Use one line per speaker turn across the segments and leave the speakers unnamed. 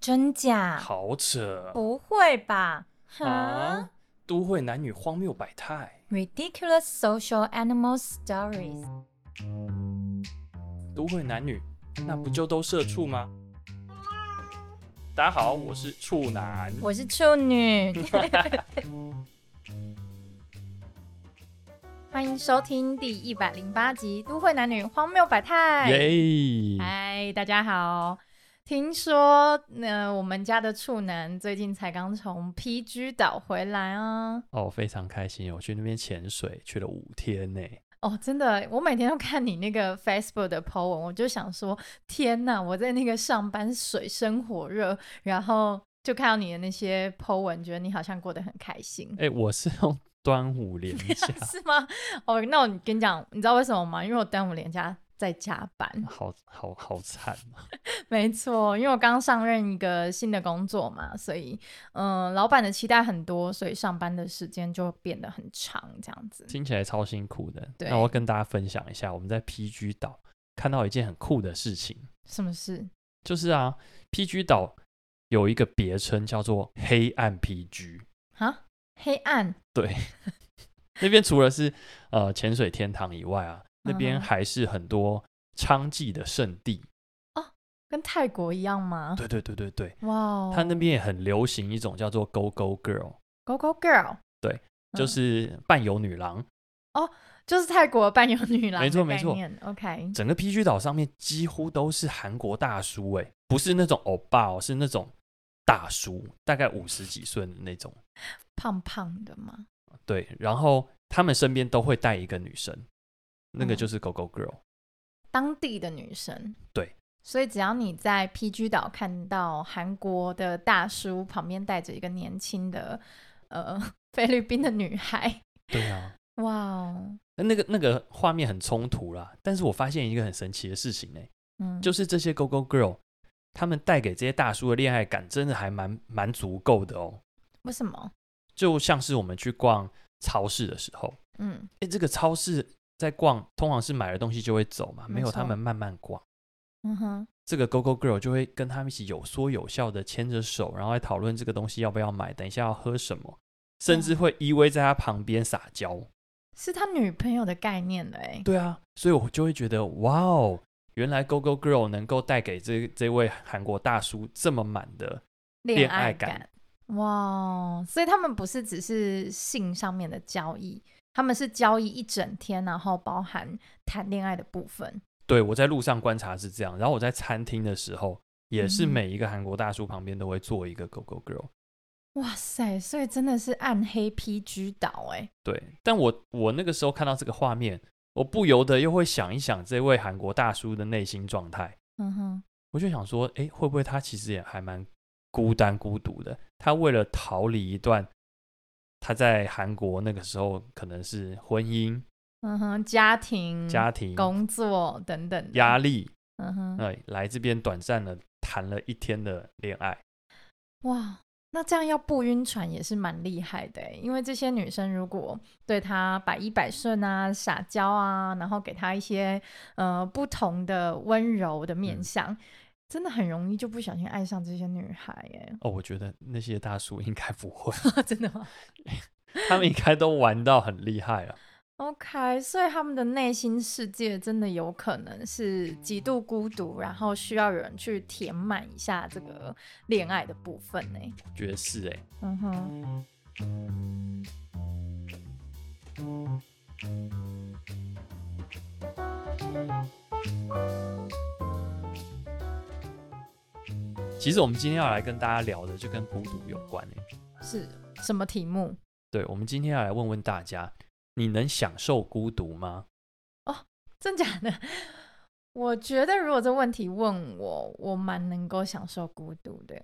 真假？
好扯
不会吧？哈、
啊！都会男女荒谬百态，
r i d i c u l o u s social animal stories。
都会男女，那不就都社畜吗？大家好，我是处男。
我是处女， 欢迎收听第一百零八集《都会男女荒谬百态》。
耶！
嗨，大家好。听说，呃，我们家的处男最近才刚从 PG 岛回来啊！
哦，非常开心，我去那边潜水去了五天呢。
哦，真的，我每天都看你那个 Facebook 的 po 文，我就想说，天呐，我在那个上班水深火热，然后就看到你的那些 po 文，觉得你好像过得很开心，，
哎、我是用端午连假
是吗？哦，那我跟你讲，你知道为什么吗？因为我端午连假在加班，
好好好惨哦。
没错，因为我刚上任一个新的工作嘛，所以嗯、呃老板的期待很多，所以上班的时间就变得很长，这样子。
听起来超辛苦的。
对
那我要跟大家分享一下，我们在 PG 岛看到一件很酷的事情，
什么事？
就是啊，PG 岛有一个别称叫做“黑暗 PG”。
啊？黑暗？
那边除了是呃潜水天堂以外啊，那边
嗯哼
还是很多娼妓的圣地。
跟泰国一样吗？
对对对对对，
哇啊哦！
它那边也很流行一种叫做 “Go Go Girl”，
Go Go Girl 嗯
就是伴游女郎。
就是泰国伴游女郎的
没错
概
没错
念，OK，
整个 PG 岛上面几乎都是韩国大叔、欸，不是那种欧巴哦，是那种大叔，大概五十几岁的那种。
胖胖的嘛，
对，然后他们身边都会带一个女生，那
嗯
个就是狗狗 girl。
当地的女生。
对，
所以只要你在 PG 岛看到韩国的大叔旁边带着一个年轻的呃 菲律宾的女孩，
对啊，
哇哦，
那个那个画面很冲突啦。但是我发现一个很神奇的事情呢、
嗯，
就是这些狗狗 girl，他们带给这些大叔的恋爱感真的还蛮蛮足够的哦。
为什么？
就像是我们去逛超市的时候，
嗯，
哎，这个超市在逛，通常是买了东西就会走嘛，没
没
有
错
他们慢慢逛。
嗯哼，
这个 Go Go Girl 就会跟他们一起有说有笑的牵着手，然后来讨论这个东西要不要买，等一下要喝什么，甚至会依偎在他旁边撒娇。
是他女朋友的概念了哎，
对啊，所以我就会觉得，哇哦，原来 Go Go Girl 能够带给这这位韩国大叔这么满的，恋爱
爱
感
感，哇哦，所以他们不是只是性上面的交易，他们是交易一整天，然后包含谈恋爱的部分。
对我在路上观察是这样，然后我在餐厅的时候，也
嗯
是
哼
每一个韩国大叔旁边都会做一个 Go Go Girl。
哇塞，所以真的是暗黑 PG 岛哎、
对，但我我那个时候看到这个画面，我不由得又会想一想这位韩国大叔的内心状态。
嗯哼，
我就想说，诶，会不会他其实也还蛮孤单孤独的？他为了逃离一段他在韩国那个时候可能是婚姻、
嗯哼，家庭、
家庭、
嗯工作等等的
压，力，
嗯哼，
哎、来这边短暂的谈了一天的恋爱。
哇，那这样要不晕船也是蛮厉害的欸，因为这些女生如果对他百依百顺啊、撒娇啊，然后给他一些呃不同的温柔的面
嗯。
相，真的很容易就不小心爱上这些女孩哎
哦，我觉得那些大叔应该不会，
真的吗
他们应该都玩到很厉害了。
？OK，所以他们的内心世界真的有可能是极度孤独，然后需要有人去填满一下这个恋爱的部分呢。
我觉得是哎诶，
嗯哼，
其实我们今天要来跟大家聊的就跟孤独有关诶。
是什么题目？
对，我们今天要来问问大家，你能享受孤独吗？
真假的？ 我觉得如果这问题问我，我蛮能够享受孤独的。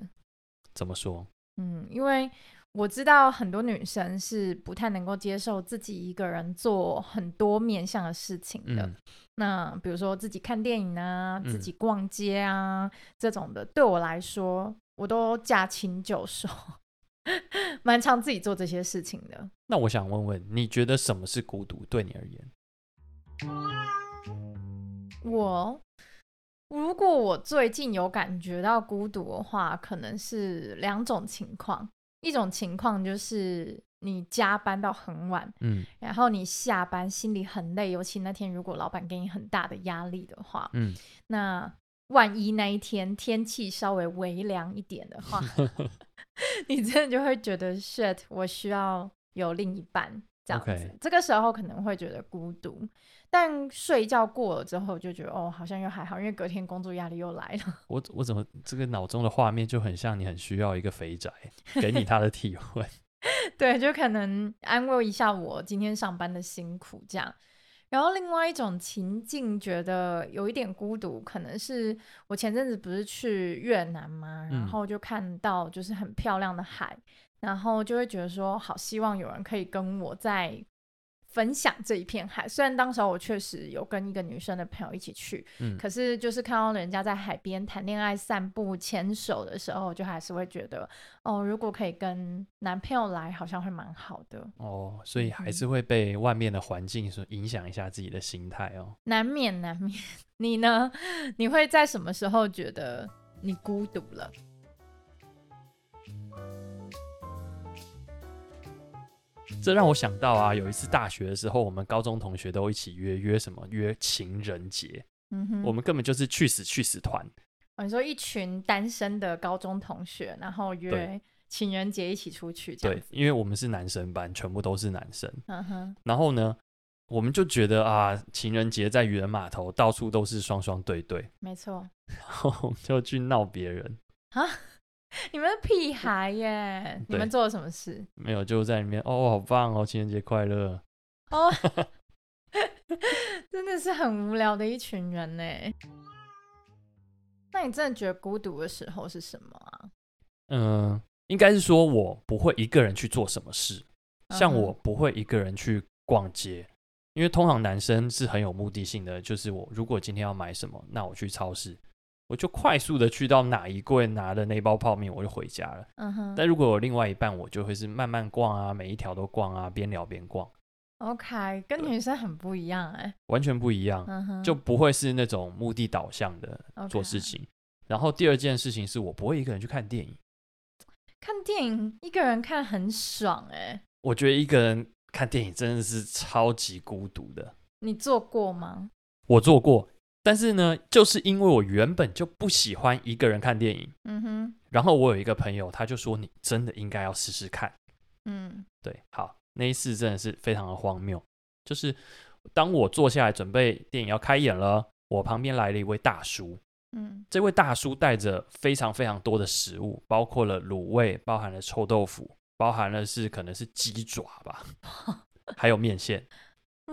怎么说？
嗯，因为我知道很多女生是不太能够接受自己一个人做很多面向的事情的。
嗯，
那比如说自己看电影啊，
嗯
自己逛街啊、这种的，对我来说，我都驾轻就熟， 蛮常自己做这些事情的。
那我想问问，你觉得什么是孤独？对你而言，
我如果我最近有感觉到孤独的话，可能是两种情况。一种情况就是你加班到很晚，
嗯
然后你下班心里很累，尤其那天如果老板给你很大的压力的话，
嗯，
那万一那一天天气稍微微凉一点的话，你真的就会觉得 shit，我需要有另一半这样子。
OK
这个时候可能会觉得孤独，但睡觉过了之后就觉得哦，好像又还好，因为隔天工作压力又来了。
我我怎么这个脑中的画面就很像你很需要一个肥宅给你他的体会，
对，就可能安慰一下我今天上班的辛苦这样。然后另外一种情境，觉得有一点孤独，可能是我前阵子不是去越南嘛，然
嗯
后就看到就是很漂亮的海，然后就会觉得说，好希望有人可以跟我在。分享这一片海，虽然当时候我确实有跟一个女生的朋友一起去，
嗯
可是就是看到人家在海边谈恋爱、散步、牵手的时候，就还是会觉得，哦，如果可以跟男朋友来，好像会蛮好的，
哦，所以还
嗯
是会被外面的环境所影响一下自己的心态哦。
难免难免。 你呢？你会在什么时候觉得你孤独了？
这让我想到啊，有一次大学的时候，我们高中同学都一起约约什么约情人节，
嗯哼，
我们根本就是去死去死团，
哦你说一群单身的高中同学，然后约
对
情人节一起出去，这样
对
子，，
因为我们是男生班，全部都是男生。
嗯哼，
然后呢，我们就觉得啊，情人节在渔人码头到处都是双双对对，
没错。
然后我们就去闹别人，
你们是屁孩耶！你们
对
做了什么事？
没有就在里面哦，好棒哦，情人节快乐。
哦，真的是很无聊的一群人呢。那你真的觉得孤独的时候是什么啊？
嗯，应该是说我不会一个人去做什么事，像
嗯哼
我不会一个人去逛街，因为通常男生是很有目的性的，就是我如果今天要买什么，那我去超市，我就快速的去到哪一柜拿了那包泡面，我就回家了。
嗯哼，
但如果有另外一半，我就会是慢慢逛啊，每一条都逛啊，边聊边逛，
OK，跟
对
女生很不一样哎、
完全不一样，
嗯哼，
就不会是那种目的导向的
OK
做事情。然后第二件事情是我不会一个人去看电影，
看电影，一个人看很爽哎、
我觉得一个人看电影真的是超级孤独的。
你做过吗？
我做过，但是呢，就是因为我原本就不喜欢一个人看电影，
嗯哼，
然后我有一个朋友，他就说你真的应该要试试看。
嗯
对，好，那一次真的是非常的荒谬，就是当我坐下来准备电影要开演了，我旁边来了一位大叔，
嗯
这位大叔带着非常非常多的食物，包括了卤味，包含了臭豆腐，包含了是可能是鸡爪吧，还有面线。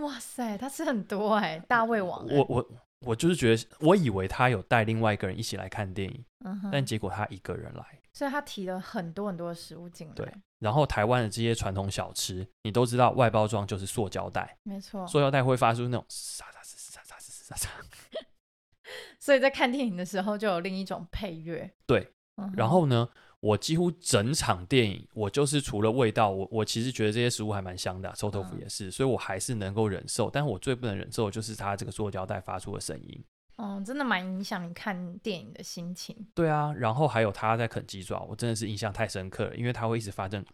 哇塞，他吃很多哎、大胃王、欸，
我我我就是觉得，我以为他有带另外一个人一起来看电影，
嗯哼，
但结果他一个人来。
所以他提了很多很多的食物进来，
对，然后台湾的这些传统小吃，你都知道，外包装就是塑胶袋，
没错，
塑胶袋会发出那种沙沙沙沙沙沙沙。
所以在看电影的时候就有另一种配乐，
对
嗯哼，
然后呢，我几乎整场电影，我就是除了味道，我我其实觉得这些食物还蛮香的啊，臭豆腐
嗯
也是，所以我还是能够忍受。但我最不能忍受的就是它这个塑胶袋发出的声音。
嗯，真的蛮影响你看电影的心情，
对啊，然后还有他在啃鸡爪，我真的是印象太深刻了，因为它会一直发生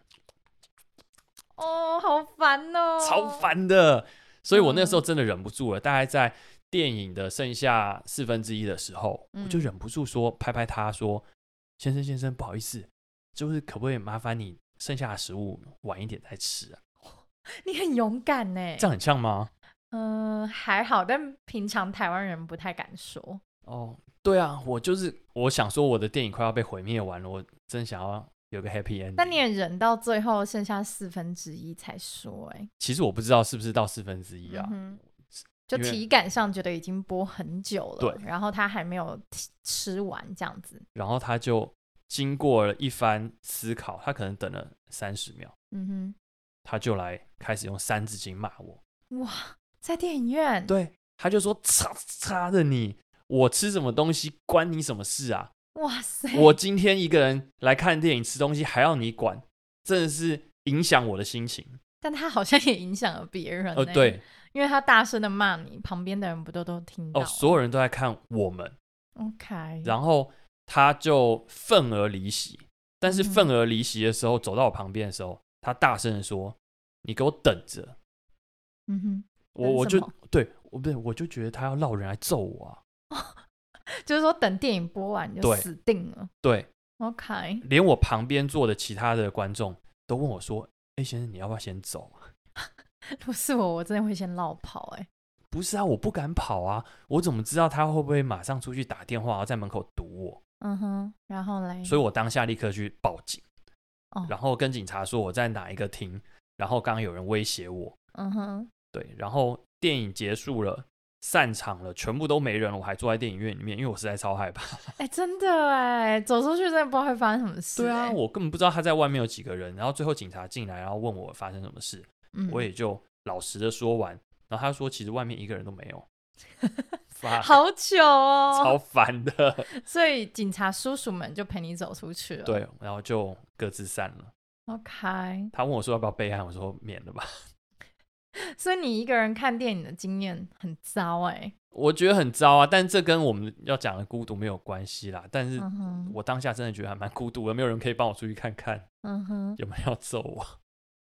哦，好烦哦，
超，烦的。所以我那时候真的忍不住了，大概在电影的剩下四分之一的时候，我就
嗯
忍不住说拍拍他说：“先生先生，不好意思，就是可不可以麻烦你剩下的食物晚一点再吃啊？
你很勇敢呢，
这样很像吗
嗯、还好，但平常台湾人不太敢说。？”
哦，对啊，我就是我想说我的电影快要被毁灭完了，我真想要有个 happy ending。
但你也忍到最后剩下四分之一才说、欸，
其实我不知道是不是到四分之一
哎、
啊，
嗯哼，就
因为
体感上觉得已经播很久了，
对，
然后他还没有吃吃完这样子，
然后他就经过了一番思考，他可能等了三十秒。
嗯哼，
他就来开始用三字经骂我，
在电影院，
对，他就说：“叉叉的你，我吃什么东西关你什么事啊？
哇塞，
我今天一个人来看电影吃东西还要你管，真的是影响我的心情。
但他好像也影响了别人、”欸，
呃，对，哦
因为他大声的骂你，旁边的人不都都听到？嗯
哦，所有人都在看我们，
OK，
然后他就愤而离席。但是
嗯
愤而离席的时候，走到我旁边的时候，他大声的说：“你给我等着！”
嗯哼，
我
等什
我就
么
对我不是我就觉得他要闹人来揍我啊！
就是说等电影播完就
对
死定了。
对，
OK，
连我旁边坐的其他的观众都问我说：“哎、先生，你要不要先走啊
如果是我，我真的会先落跑、欸。哎，？”
不是啊，我不敢跑啊！我怎么知道他会不会马上出去打电话，然后在门口堵我？
嗯哼，然后嘞，
所
以
以我当下立刻去报警，
哦
然后跟警察说我在哪一个厅，然后刚刚有人威胁我，
嗯哼，
对，然后电影结束了，散场了，全部都没人了，我还坐在电影院里面，因为我实在超害怕。
哎、真的哎、走出去真的不知道会发生什么事、
对啊，
哎
我根本不知道他在外面有几个人，然后最后警察进来，然后问我发生什么事，
嗯
我也就老实的说完，然后他说其实外面一个人都没 有，发
好久
超
哦，
烦 的，
所以警察叔叔们就陪你走出去了。
对，然后就各自散了。
，OK，
他问我说要不要备案，我说免了吧。
所以你一个人看电影的经验很糟哎、
我觉得很糟啊，但这跟我们要讲的孤独没有关系啦。但是
嗯哼，
我当下真的觉得还蛮孤独的，没有人可以帮我出去看看
嗯哼，
有没有要揍我。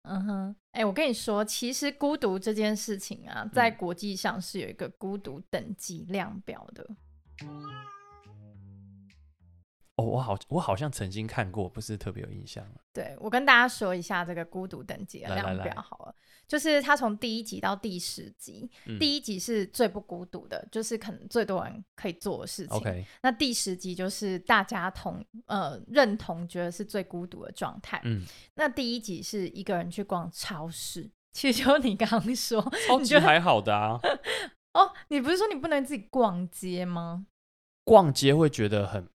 嗯哼，哎、我跟你说，其实孤独这件事情啊，在
嗯
国际上是有一个孤独等级量表的。
哦，我好，我好像曾经看过，不是特别有印象了。
对我跟大家说一下这个孤独等级的
来来
量
来
表好了，就是它从第一集到第十集，
嗯
第一集是最不孤独的，就是可能最多人可以做的事情。
OK，
那第十集就是大家同呃认同觉得是最孤独的状态。
嗯，
那第一集是一个人去逛超市，其实就 你刚刚说
超级还好的啊。
哦，你不是说你不能自己逛街吗？
逛街会觉得很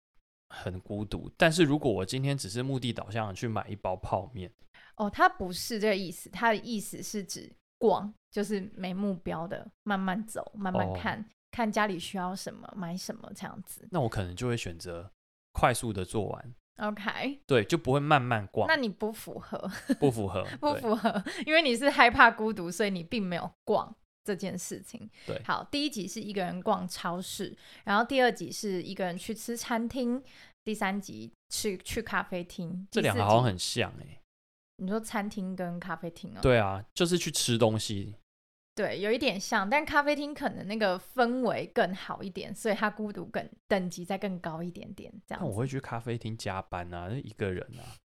很孤独，但是如果我今天只是目的导向地去买一包泡面，
哦，它不是这个意思，它的意思是指逛，就是没目标的，慢慢走，慢慢
哦
看，看家里需要什么，买什么这样子。
那我可能就会选择快速的做完，
OK，
对，就不会慢慢逛
那，你不符合，
不符合，
不
对
符合，因为你是害怕孤独，所以你并没有逛这件事情。
对
好，第一集是一个人逛超市，然后第二集是一个人去吃餐厅，第三集去去咖啡厅。
这
第
两
四
个好像
集
很像哎、欸。
你说餐厅跟咖啡厅哦，
对啊，就是去吃东西，
对，有一点像，但咖啡厅可能那个氛围更好一点，所以它孤独更等级再更高一点点，这
但
样
我
子。
会去咖啡厅加班啊，一个人啊。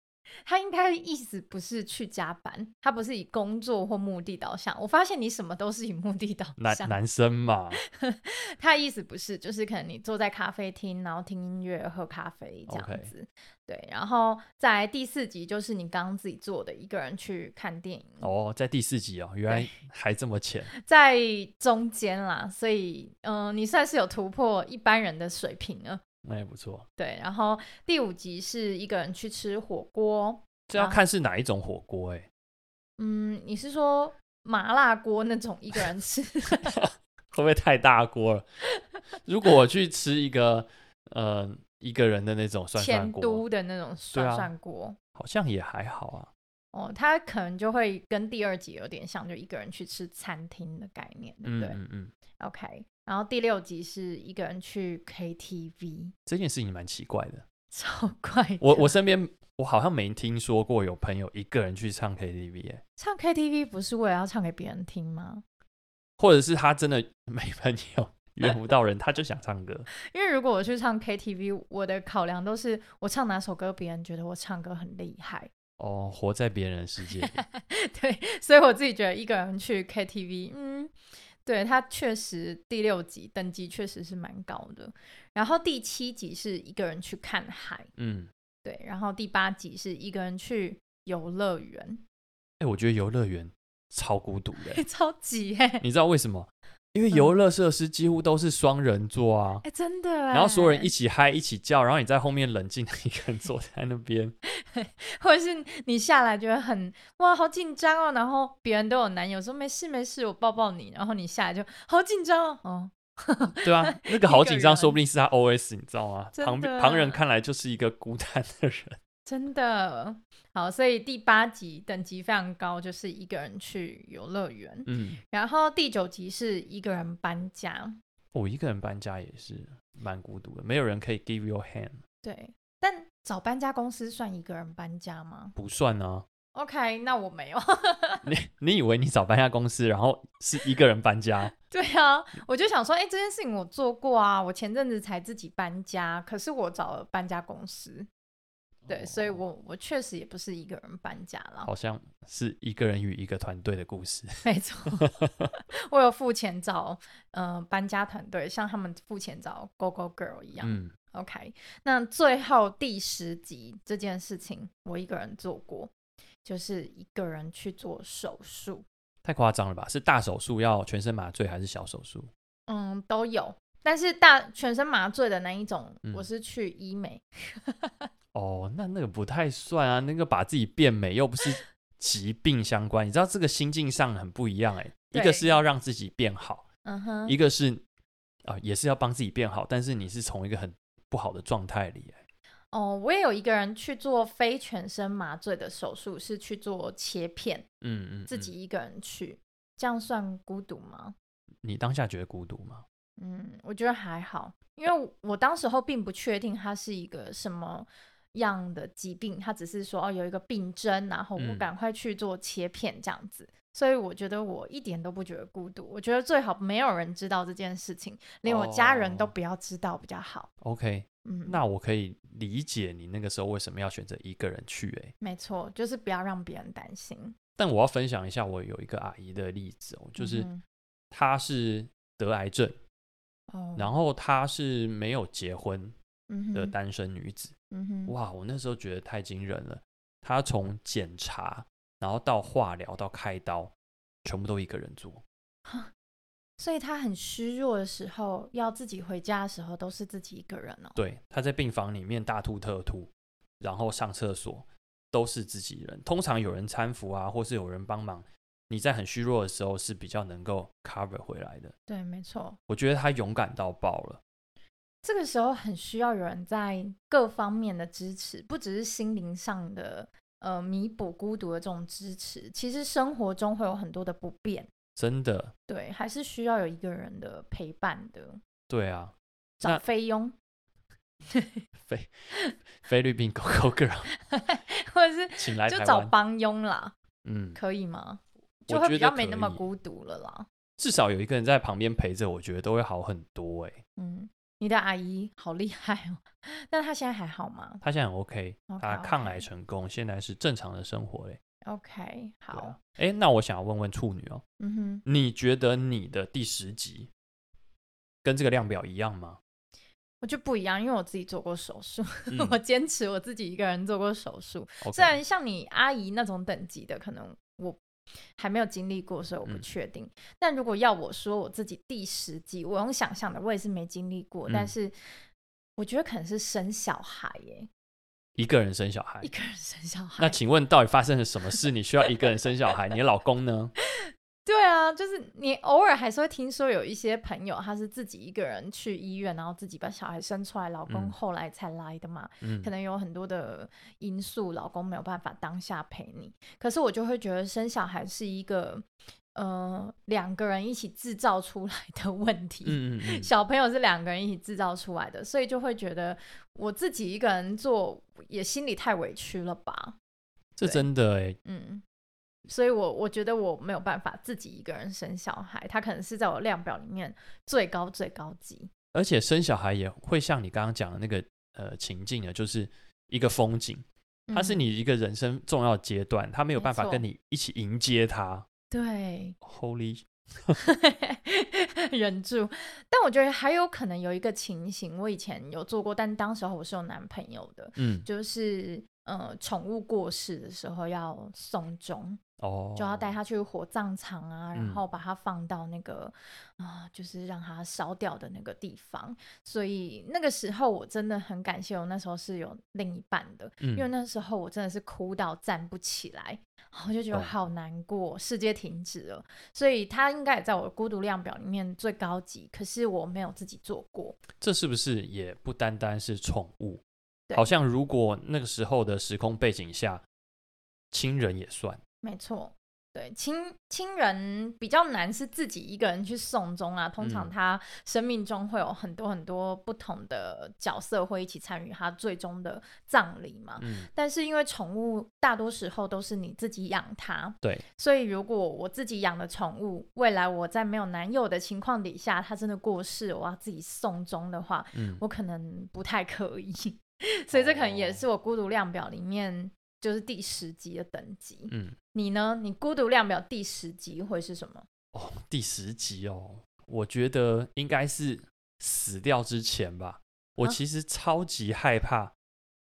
他应该意思不是去加班，他不是以工作或目的导向。我发现你什么都是以目 的导
男
向。
男生嘛，
他的意思不是，就是可能你坐在咖啡厅，然后听音乐、喝咖啡这
OK
样子。对，然后再来第四集就是你刚刚自己做的，一个人去看电影，
哦，在第四集哦，原来还这么浅，
在中间啦，所以嗯、呃你算是有突破一般人的水平了。
那也 不错。
对，然后第五集是一个人去吃火锅，
这要
啊
看是哪一种火锅哎、
嗯，你是说麻辣锅那种一个人 吃？
会不会太大锅了？ 如果我去吃一个呃一个人的那种涮涮
前
锅，
都的那种
对啊
涮涮锅。
好像也还好啊。
哦，他可能就会跟第二集有点像，就一个人去吃餐厅的概念，对不
嗯
对、
嗯嗯，
o k 然后第六集是一个人去 KTV，
这件事情蛮奇怪 的。
超怪的。
我我身边我好像没听说过有朋友一个人去唱 KTV 哎、
唱 KTV 不是为了要唱给别人听吗？
或者是他真的 没朋友。约不到人，他就想唱歌。
因为如果我去唱 KTV，我的考量都是我唱哪首歌，别人觉得我唱歌很厉害。
哦，活在别人的世 界里。
对，所以我自己觉得一个人去 KTV，嗯，对，它确实第六集等级确实是蛮高的。然后第七集是一个人去看海，
嗯，
对，然后第八集是一个人去游乐园，
哎、我觉得游乐园超孤独的欸、
超级哎、欸，
你知道为什么？因为
嗯
游乐设施几乎都是双人座啊，
哎真的、欸，
然后所有人一，起嗨一起叫，然后你在后面冷静 的一个人坐在那边，
或者是你下来觉得很哇好紧张哦，然后别人都有男友说没事没事，我抱抱你，然后你下来就好紧张哦，哦，
对啊，那个好紧张，
人
说不定是他 OS，你知道吗？
真的
旁边旁人看来就是一个孤单 的人。
真的好，所以第八集等级非常高，就是一个人去游乐园，
嗯，
然后第九集是一个人搬家，
我一个人搬家也是，蛮孤独的，没有人可以 give you a hand，
对，但找搬家公司算一个人搬家吗
不算啊。
？OK，那我没有。
你你以为你找搬家公司，然后是一个人搬 家？
对啊，我就想说，哎、这件事情我做过啊，我前阵子才自己搬家，可是我找了搬家公司，对，所以我我确实也不是一个人搬家啦，
好像是一个人与一个团队的故事。
没错， 我有付钱找呃搬家团队，像他们付钱找 Go Go Girl 一样。
嗯，
OK，那最后第十集这件事情，我一个人做过，就是一个人去做手术，
太夸张了吧？是大手术要全身麻醉，还是小手术？
嗯，都有。但是大全身麻醉的那一种，
嗯
我是去医美，
哦，那那个不太算啊，那个把自己变美又不是疾病相关，你知道这个心境上很不一样哎、一个
对
是要让自己变好，
嗯哼，
一个是啊、也是要帮自己变好，但是你是从一个很不好的状态里、欸，
哦，我也有一个人去做非全身麻醉的手术，是去做切片，
嗯嗯，
自
嗯
己一个人去，这样算孤独吗？
你当下觉得孤独吗？
嗯，我觉得还好，因为我我当时候并不确定它是一个什么样的疾病，它只是说哦有一个病症，然后我
嗯
赶快去做切片这样子。所以我觉得我一点都不觉得孤独，我觉得最好没有人知道这件事情，连我家人都
哦
不要知道比较好。
OK，
嗯，
那我可以理解你那个时候为什么要选择一个人去、欸，
没错，就是不要让别人担心。
但我要分享一下我有一个阿姨的例子哦，就是
嗯
她是得癌症，
哼哦，
然后她是没有结婚
嗯
的
哼，
单身女子，
嗯哼，
哇，我那时候觉得太惊人了，她从检查，然后到化疗到开刀，全部都一个人
哦
做，
所以他很虚弱的时候，要自己回家的时候，都是自己一个人哦。
对，她在病房里面大吐特吐，然后上厕所都是自己人，通常有人搀扶啊，或是有人帮忙，你在很虚弱的时候是比较能够 cover 回来的，
对，没错，
我觉得她勇敢到爆了。
这个时候很需要有人在各方面的支持，不只是心灵上的呃弥补孤独的这种支持，其实生活中会有很多的不便，
真的，
对，还是需要有一个人的陪伴的。
对啊，那
找菲佣，
菲律宾狗 狗 girl
或者是
请来
就
台
找
湾，
帮佣啦，
嗯，
可以吗？
我
就
觉
会
得
比较没那么
可以
孤独了啦。
至少有一个人在旁边陪着，我觉得都会好很多哎、
嗯，你的阿姨好厉害哦，但她现在还好吗
他现在很 OK，
OK，
他抗癌
哦 OK
成功，现在是正常的生活嘞、
？OK，
对
好
啊，，哎、那我想要问问处女哦，
嗯哼。
你觉得你的第十集跟这个量表一样 吗？
我就不一样，因为我自己做过手术，
嗯
我坚持我自己一个人做过手术。
o
虽
k
然像你阿姨那种等级的，可能我还没有经历过，所以我不
嗯
确定。但如果要我说我自己第十集，我用想象的，我也是没经历过，
嗯
但是我觉得可能是生小孩耶，
一个人生小孩
一，个人生小孩
哎那。请问到底发生了什么事？你需要一个人 生小孩？你的老公呢？
对啊，就是你偶尔还是会听说有一些朋友他是自己一个人去医院，然后自己把小孩生出来，老公
嗯
后来才来的嘛。
嗯
可，能有很多的因素，老公没有办法当下陪你。可是我就会觉得生小孩是一个呃两个人一起制造出来的问题。
嗯嗯 嗯，
小朋友是两个人一起制造出来的，所以就会觉得我自己一个人做也心里太委屈了吧，
这
对
真的哎、
嗯，所以我我觉得我没有办法自己一个人生小孩，他可能是在我量表里面最高最高级，
而且生小孩也会像你刚刚讲的那个呃情境呢，就是一个风景，它是
嗯
你一个人生重要阶段，它没有
没
办法
错
跟你一起迎接它。
对
Holy，
忍住，但我觉得还有可能有一个情形，我以前有做过，但当时候我是有男朋友的，
嗯，
就是呃，宠物过世的时候要送终，
哦，
就要带它去火葬场啊，然
嗯
后把它放到那个啊、就是让它烧掉的那个地方。所以那个时候我真的很感谢我那时候是有另一半的，
嗯，
因为那时候我真的是哭到站不起来，我就觉得
懂
好难过，世界停止了。所以它应该也在我的孤独量表里面最高级，可是我没有自己做过。
这是不是也不单单是宠物？
对
好像
啊
如果那个时候的时空背景下，亲人也算，
没错，对，亲亲人比较难是自己一个人去送终啊。通常
嗯
他生命中会有很多很多不同的角色会一起参与他最终的葬礼嘛。
嗯，
但是因为宠物大多时候都是你自己养它，
对，
所以如果我自己养的宠物，未来我在没有男友的情况底下，它真的过世，我要自己送终的话，
嗯，
我可能不太可以。 所以这可能也
哦
是我孤独量表里面就是第十级的等级。
嗯，
你呢？你孤独量表第十级会是什么？
哦，第十集哦，我觉得应该是死掉之前吧。我
啊
其实超级害怕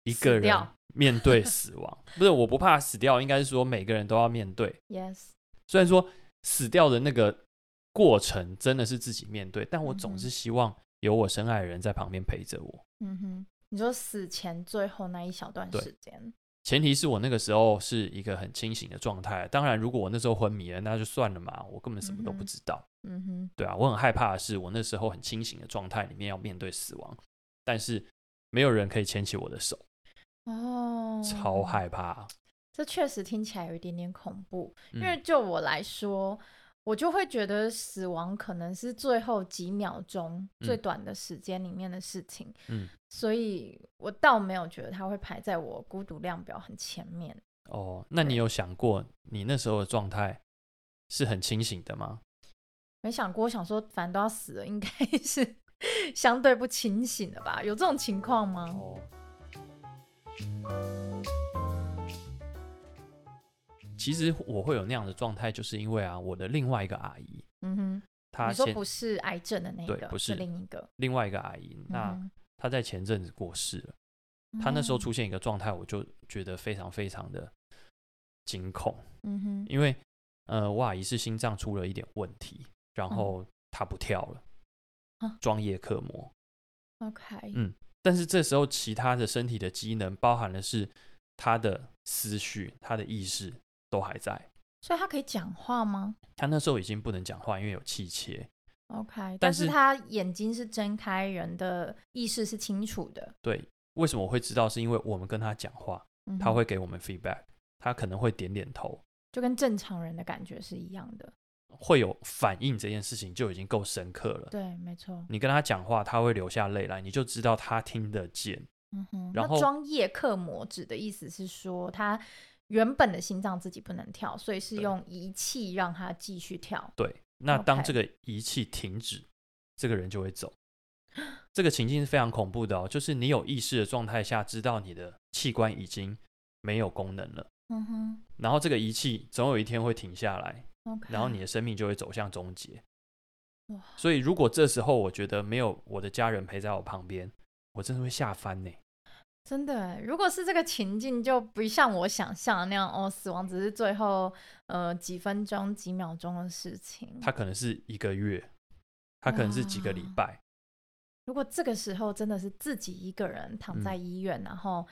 一
死
个人
掉
面对死亡， 不是我不怕死掉，应该是说每个人都要面对。
Yes，
虽然说死掉的那个过程真的是自己面对，但我
嗯
总
哼
是希望有我深爱的人在旁边陪着我。
嗯哼，你说死前最后那一小段
对
时间，
前提是我那个时候是一个很清醒的状态，当然如果我那时候昏迷了，那就算了嘛，我根本什么都
嗯
不
哼
知道。
嗯哼，
对啊，我很害怕的是，我那时候很清醒的状态里面要面对死亡，但是没有人可以牵起我的手，
哦，
超害怕。
这确实听起来有一点点恐怖，
嗯
因为就我来说，我就会觉得死亡可能是最后几秒钟、
嗯
最短的时间里面的事情，
嗯，
所以我倒没有觉得它会排在我孤独量表很前面。
哦，那你有想过你那时候的状态是很清醒的吗？
没想过，我想说，反正都要死了，应该 是相对不清醒的吧？有这种情况吗？
哦。其实我会有那样的状态，就是因为啊，我的另外一个阿姨，
嗯哼，
她
你说
前
不是癌症的那
对
个，
不是
另一个。
另外一个阿姨，那
嗯
她在前阵子过世了。
哼
她那时候，出现一个状态，我就觉得非常非常的惊恐，
嗯哼，
因为呃，我阿姨是心脏出了一点问题，然后她不跳了
哦啊，
装叶克膜。
OK，
嗯但是这时候，其他的身体的机能，包含的是她的思绪、她的意识都还在。
所以他可以讲话吗
她那时候已经不能讲话，因为有气切。
？OK，
但
但
是
是他眼睛是睁开，人的意识是清楚的。
对，为什么我会知道？是因为我们跟她讲话，
嗯哼
她会给我们 feedback，她可能会点点头，
就跟正常人的感觉是一样的。
会有反应，这件事情就已经够深刻了。
对，没错。
你跟他讲话，他会流下泪来，你就知道他听得见。
嗯哼，
然
那
后
装叶克膜指的意思是说，他原本的心脏自己不能跳，所以是
对
用仪器让他继续跳。
对，那当
OK
这个仪器停止，这个人就会走。这个情境是非常恐怖的哦，就是你有意识的状态下，知道你的器官已经没有功能了，
嗯哼
然后这个仪器总有一天会停下来，
，OK。
然后你的生命就会走向终结。
哇
所以，如果这时候我觉得没有我的家人陪在我旁边，我真的会吓翻呢。
真的欸，如果是这个情境，就不像我想象的那样哦，死亡只是最后呃几分钟、几秒钟的事情。
他可能是一个月，他可能是几个礼
哇
拜，
如果这个时候真的是自己一个人躺
嗯
在医院，然后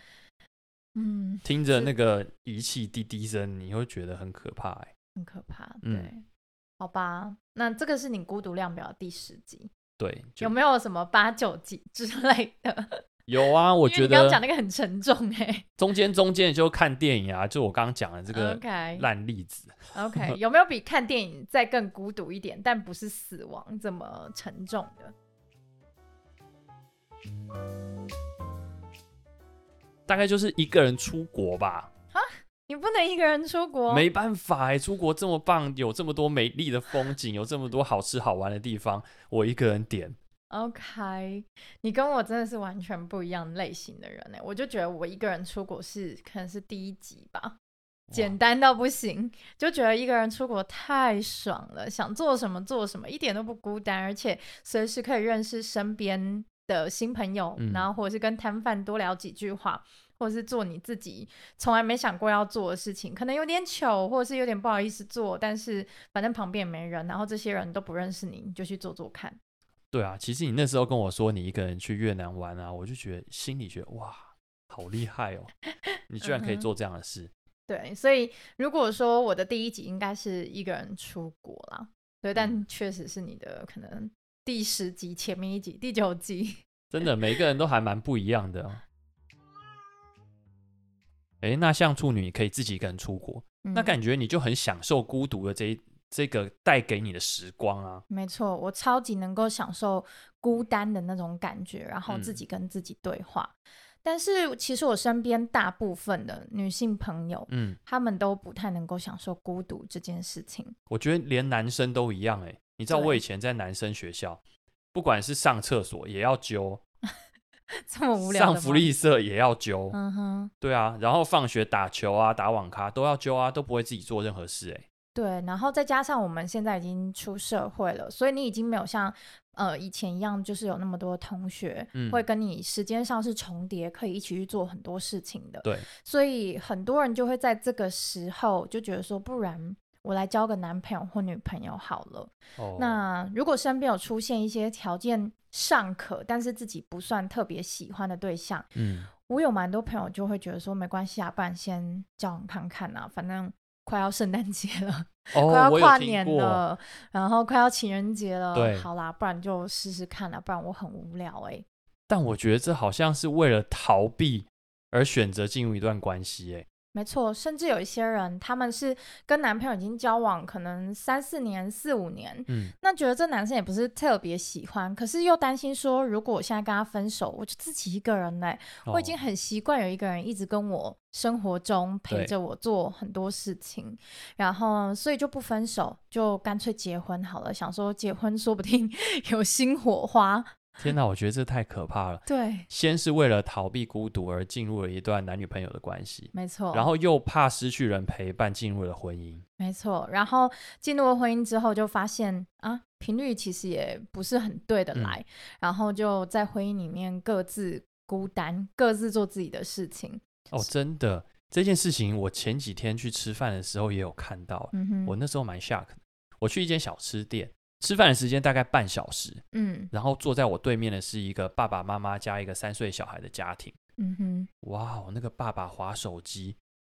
嗯，
听着
是
那个仪器滴滴声，你会觉得很可怕、欸。
很可怕。
嗯
对，好吧，那这个是你孤独量表的第十集，
对，就
有没有什么八九集之类的？
有啊？我
因为
觉
你刚刚讲
得
那个很沉重哎、
中间中间就看电影啊，就我刚刚讲的 这个
OK
烂例子。
OK，有没有比看电影再更孤独一点，但不是死亡这么沉重的？
大概就是一个人出国吧，
你不能一个人出国，啊
没办法哎、出国这么棒，有这么多美丽的风景，有这么多好吃好玩的地方，我一个人点，
OK，你跟我真的是完全不一样类型的人呢。我就觉得我一个人出国是可能是第一集吧，简单到不行，就觉得一个人出国太爽了，想做什么做什么，一点都不孤单，而且随时可以认识身边的新朋友，
嗯
然后或者是跟摊贩多聊几句话，或者是做你自己从来没想过要做的事情，可能有点糗，或者是有点不好意思做，但是反正旁边也没人，然后这些人都不认识你，你就去做做看。
对啊，其实你那时候跟我说你一个人去越南玩啊，我就觉得心里觉得哇，好厉害哦，你居然可以
嗯哼
做这样的事。
对，所以如果说我的第一集应该是一个人出国啦，对，
嗯
但确实是你的可能第十集前面一集、第九集。
真的，每个人都还蛮不一样的哦。诶，那像处女可以自己一个人出国，那
觉
感觉你就很享受孤独的这一这个带给你的时光啊。
没错，我超级能够享受孤单的那种感觉，然后自
嗯
己跟自己对话。但是其实我身边大部分的女性朋友，
嗯，
她们都不太能够享受孤独这件事情。
我觉得连男生都一样诶，欸你知道我
对
以前在男生学校，不管是上厕所也要揪，
这么无聊的
上
吗
福，利社也要揪，
嗯哼，
对啊，然后放学打球啊、打网咖都要揪啊，都不会自己做任何事欸诶。
对。然后再加上我们现在已经出社会了，所以你已经没有像呃以前一样，就是有那么多同学、
嗯
会跟你时间上是重叠，可以一起去做很多事情的。
对，
所以很多人就会在这个时候就觉得说，不然我来交个男朋友或女朋友好了。
哦，
那如果身边有出现一些条件尚可，但是自己不算特别喜欢的对象，
嗯，
我有蛮多朋友就会觉得说，没关系啊，不然先交往看看啊，反正。快要圣诞节了，快
哦，
要
我有
跨
听
年
过，
了，然后快要情人节了
对，
好啦，不然就试试看啦，不然我很无聊哎、
但我觉得这好像是为了逃避而选择进入一段关系欸诶。
没错，甚至有一些人，他们是跟男朋友已经交往可能三四年、四五年，
嗯，
那觉得这男生也不是特别喜欢，可是又担心说，如果我现在跟他分手，我就自己一个人嘞、欸我已经
哦
很习惯有一个人一直跟我生活中陪
对
着我做很多事情，然后所以就不分手，就干脆结婚好了，想说结婚说不定 有新火花，
天哪，我觉得这太可怕了。
对，
先是为了逃避孤独而进入了一段男女朋友的关系，
没错，
然后又怕失去人陪伴进入了婚姻。
没错，然后进入了婚姻之后，就发现啊，频率其实也不是很对的
嗯
来，然后就在婚姻里面各自孤单，各自做自己的事情。
哦，真的这件事情，我前几天去吃饭的时候也有看到，
嗯哼，
我那时候蛮 shock 的。我去一间小吃店，吃饭的时间大概半小时，
嗯
然后坐在我对面的是一个爸爸妈妈加一个三岁小孩的家庭。
嗯哼，
哇哦，那个爸爸划手机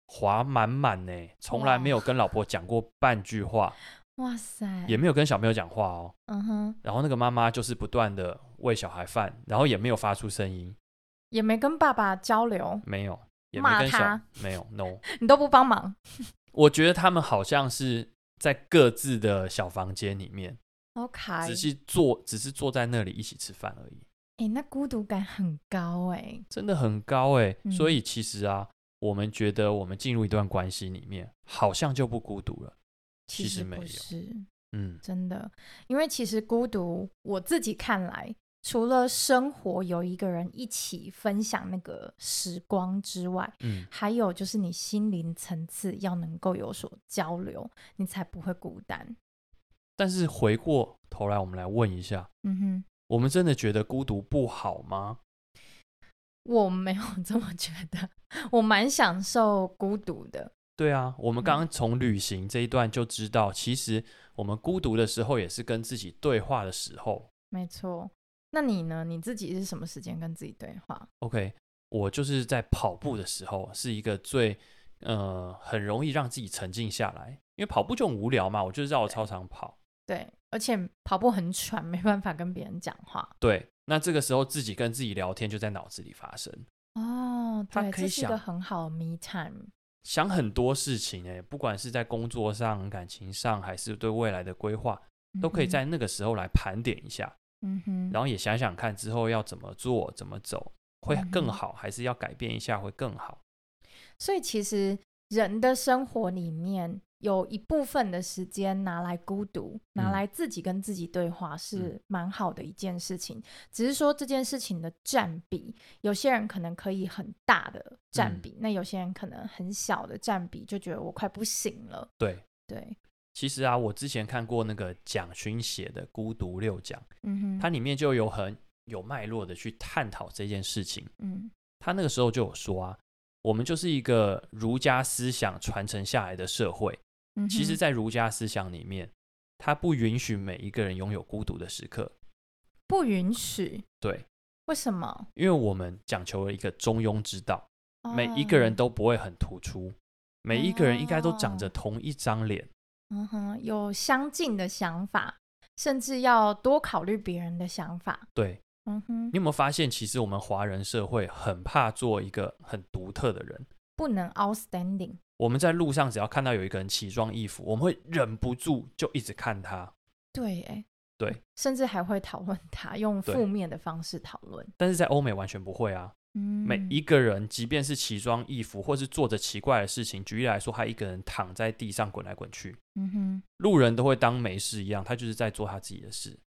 划满满呢，从来没有跟老婆讲过半句话，
哇塞，
也没有跟小朋友讲话哦。
嗯哼，
然后那个妈妈就是不断的喂小孩饭，然后也没有发出声音，
也没跟爸爸交流，
没有，也没
骂
跟小
他
没有 no。
你都不帮忙，
我觉得他们好像是在各自的小房间里面，
好卡。
只是坐，只是坐在那里一起吃饭而已，
哎、那孤独感很高哎、
真的很高哎、
嗯
所以其实啊，我们觉得我们进入一段关系里面，好像就不孤独了。其实
实
没
不
有
是，
嗯，
真的，因为其实孤独，我自己看来，除了生活有一个人一起分享那个时光之外，
嗯，
还有就是你心灵层次要能够有所交流，你才不会孤单。
但是回过头来，我们来问一下，
嗯哼，
我们真的觉得孤独不好吗？
我没有这么觉得，我蛮享受孤独的。
对啊，我们刚刚从旅行这一段就知道，其实我们孤独的时候也是跟自己对话的时候。
没错，那你呢？你自己是什么时间跟自己对话？
OK，我就是在跑步的时候是一个最呃很容易让自己沉静下来，因为跑步就很无聊嘛，我就绕操场跑。
对，而且跑步很喘，没办法跟别人讲话。
对，那这个时候自己跟自己聊天就在脑子里发生，
哦，
他
对，
可以
这是一个
想
很好的 me time。
想很多事情诶、不管是在工作上、感情上，还是对未来的规划，都可以在那个时候来盘点一下，
嗯哼，
然后也想想看之后要怎么做、怎么走会更
嗯哼
好，还是要改变一下会更好。
所以其实人的生活里面有一部分的时间拿来孤独，拿
嗯
来自己跟自己对话是蛮好的一件事情。只是说这件事情的占比，有些人可能可以很大的占
嗯
比，那有些人可能很小的占比，就觉得我快不行了。
对，
对，
其实啊，我之前看过那个蒋勋写的《孤独六讲》，
嗯
它
哼，
里面就有很有脉络的去探讨这件事情。
嗯
他那个时候就有说啊，我们就是一个儒家思想传承下来的社会，
嗯哼，
其实，在儒家思想里面，它不允许每一个人拥有孤独的时刻。
不允许，
对，
为什么？
因为我们讲求了一个中庸之道，每一个人
哦，
都不会很突出，每一个人应该都长着
哦
同一张脸。
嗯哼，有相近的想法，甚至要多考虑别人的想法。
对
嗯哼
你，有没有发现，其实我们华人社会很怕做一个很独特的人，
不能 outstanding。
我们在路上只要看到有一个人奇装异服，我们会忍不住就一直看他。
对，哎，
对，
甚至还会讨论他，用
对
负面的方式讨论。
但是在欧美完全不会啊，
嗯，
每一个人即便是奇装异服，或是做着奇怪的事情，举例来说，他一个人躺在地上滚来滚去，
嗯哼，
路人都会当没事一样，他就是在做他自己的事。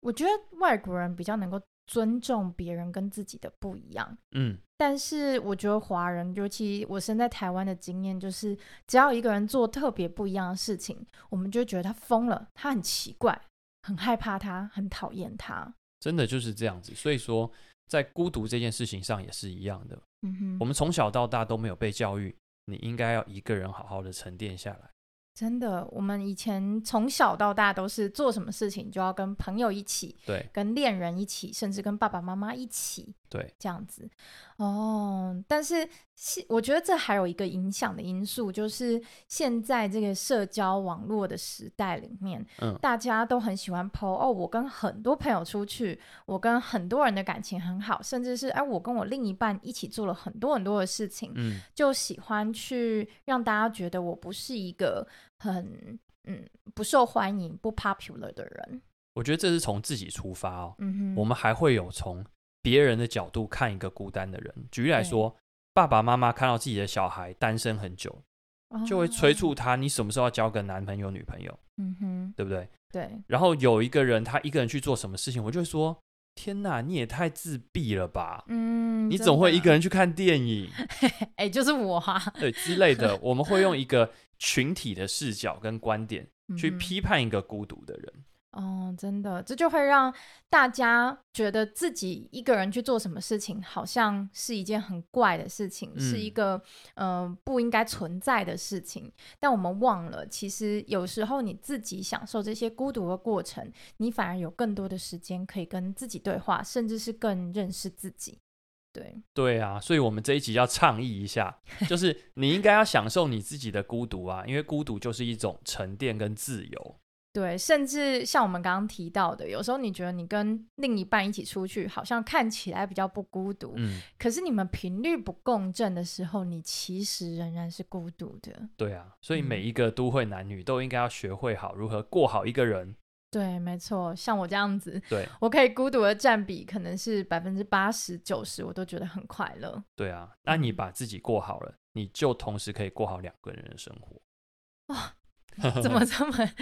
我觉得外国人比较能够尊重别人跟自己的不一样。
嗯，
但是我觉得华人，尤其我身在台湾的经验，就是只要一个人做特别不一样的事情，我们就会觉得他疯了，他很奇怪，很害怕他，很讨厌他。
真的就是这样子。所以说，在孤独这件事情上也是一样的。
嗯哼，
我们从小到大都没有被教育，你应该要一个人好好的沉淀下来。
真的，我们以前从小到大都是做什么事情就要跟朋友一起，
对
跟恋人一起，甚至跟爸爸妈妈一起，
对，
这样子哦。但是现我觉得这还有一个影响的因素，就是现在这个社交网络的时代里面，
嗯
大家都很喜欢 PO 哦，我跟很多朋友出去，我跟很多人的感情很好，甚至是哎，我跟我另一半一起做了很多很多的事情，
嗯，
就喜欢去让大家觉得我不是一个很。嗯，不受欢迎、不 popular 的人，
我觉得这是从自己出发哦。
嗯哼，
我们还会有从别人的角度看一个孤单的人。举例来
对
说，爸爸妈妈看到自己的小孩单身很久，就会催
哦，
促他：你什么时候要交个男朋友、女朋友，
嗯哼，
对不对？
对，
然后有一个人他一个人去做什么事情，我就会说：天哪，你也太自闭了吧！
嗯，
你
真
总会
的
一个人去看电影，
哎、就是我啊，
对之类的。我们会用一个群体的视角跟观点去
嗯哼
批判一个孤独的人。
哦，真的，这就会让大家觉得自己一个人去做什么事情，好像是一件很怪的事情，是一
嗯
个呃不应该存在的事情。但我们忘了，其实有时候你自己享受这些孤独的过程，你反而有更多的时间可以跟自己对话，甚至是更认识自己。对，
对啊，所以我们这一集要倡议一下，就是你应该要享受你自己的孤独啊，因为孤独就是一种沉淀跟自由。
对，甚至像我们刚刚提到的，有时候你觉得你跟另一半一起出去，好像看起来比较不孤独，
嗯，
可是你们频率不共振的时候，你其实仍然是孤独的。
对啊，所以
嗯
每一个都会男女都应该要学会好如何过好一个人。
对，没错，像我这样子，
对
我可以孤独的占比可能是百分之八十九十，我都觉得很快 乐。
对啊，那你把自己过好了，你就同时可以过好两个人的生活。
哦怎么这么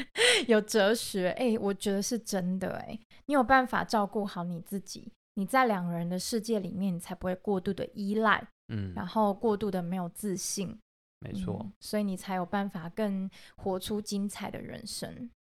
有哲学？哎、我觉得是真的、哎，你有办法照顾好你自己，你在两个人的世界里面，你才不会过度的依赖，
嗯，
然后过度的没有自信。
没错。
嗯所以你才有办法更活出精彩的人生。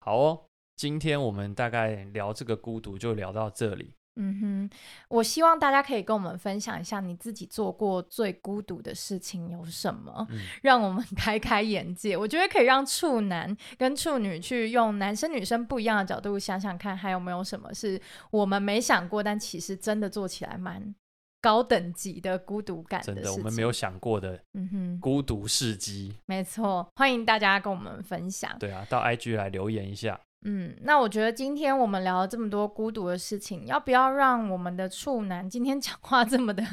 好哦，今天我们大概聊这个孤独就聊到这里。
嗯哼，我希望大家可以跟我们分享一下你自己做过最孤独的事情有什么，
嗯
让我们开开眼界。我觉得可以让处男跟处女去用男生女生不一样的角度想想看，还有没有什么是我们没想过，但其实真的做起来蛮高等级的孤独感
真
事
的，
情。
我们没有，想过的
嗯哼，
孤独事迹。
没错，欢迎大家跟我们分享。
对啊，到 IG 来留言一下。
嗯，那我觉得今天我们聊了这么多孤独的事情，要不要让我们的处男今天讲话这么的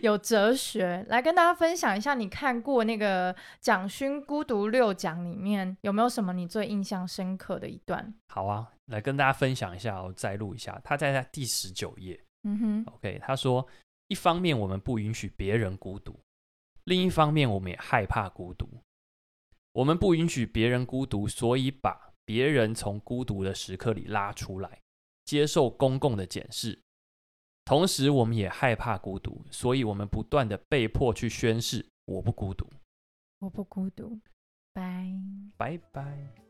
有哲学，来跟大家分享一下？你看过那个蒋勋《孤独六讲》里面有没有什么你最印象深刻的一段？
好啊，来跟大家分享一下哦，摘录一下。他在他第十九页
嗯哼，
，OK，他说，一方面我们不允许别人孤独，另一方面我们也害怕孤独。我们不允许别人孤独，所以把别人从孤独的时刻里拉出来，接受公共的检视。同时，我们也害怕孤独，所以我们不断的被迫去宣誓我不孤独。
我不孤独，拜。
拜拜。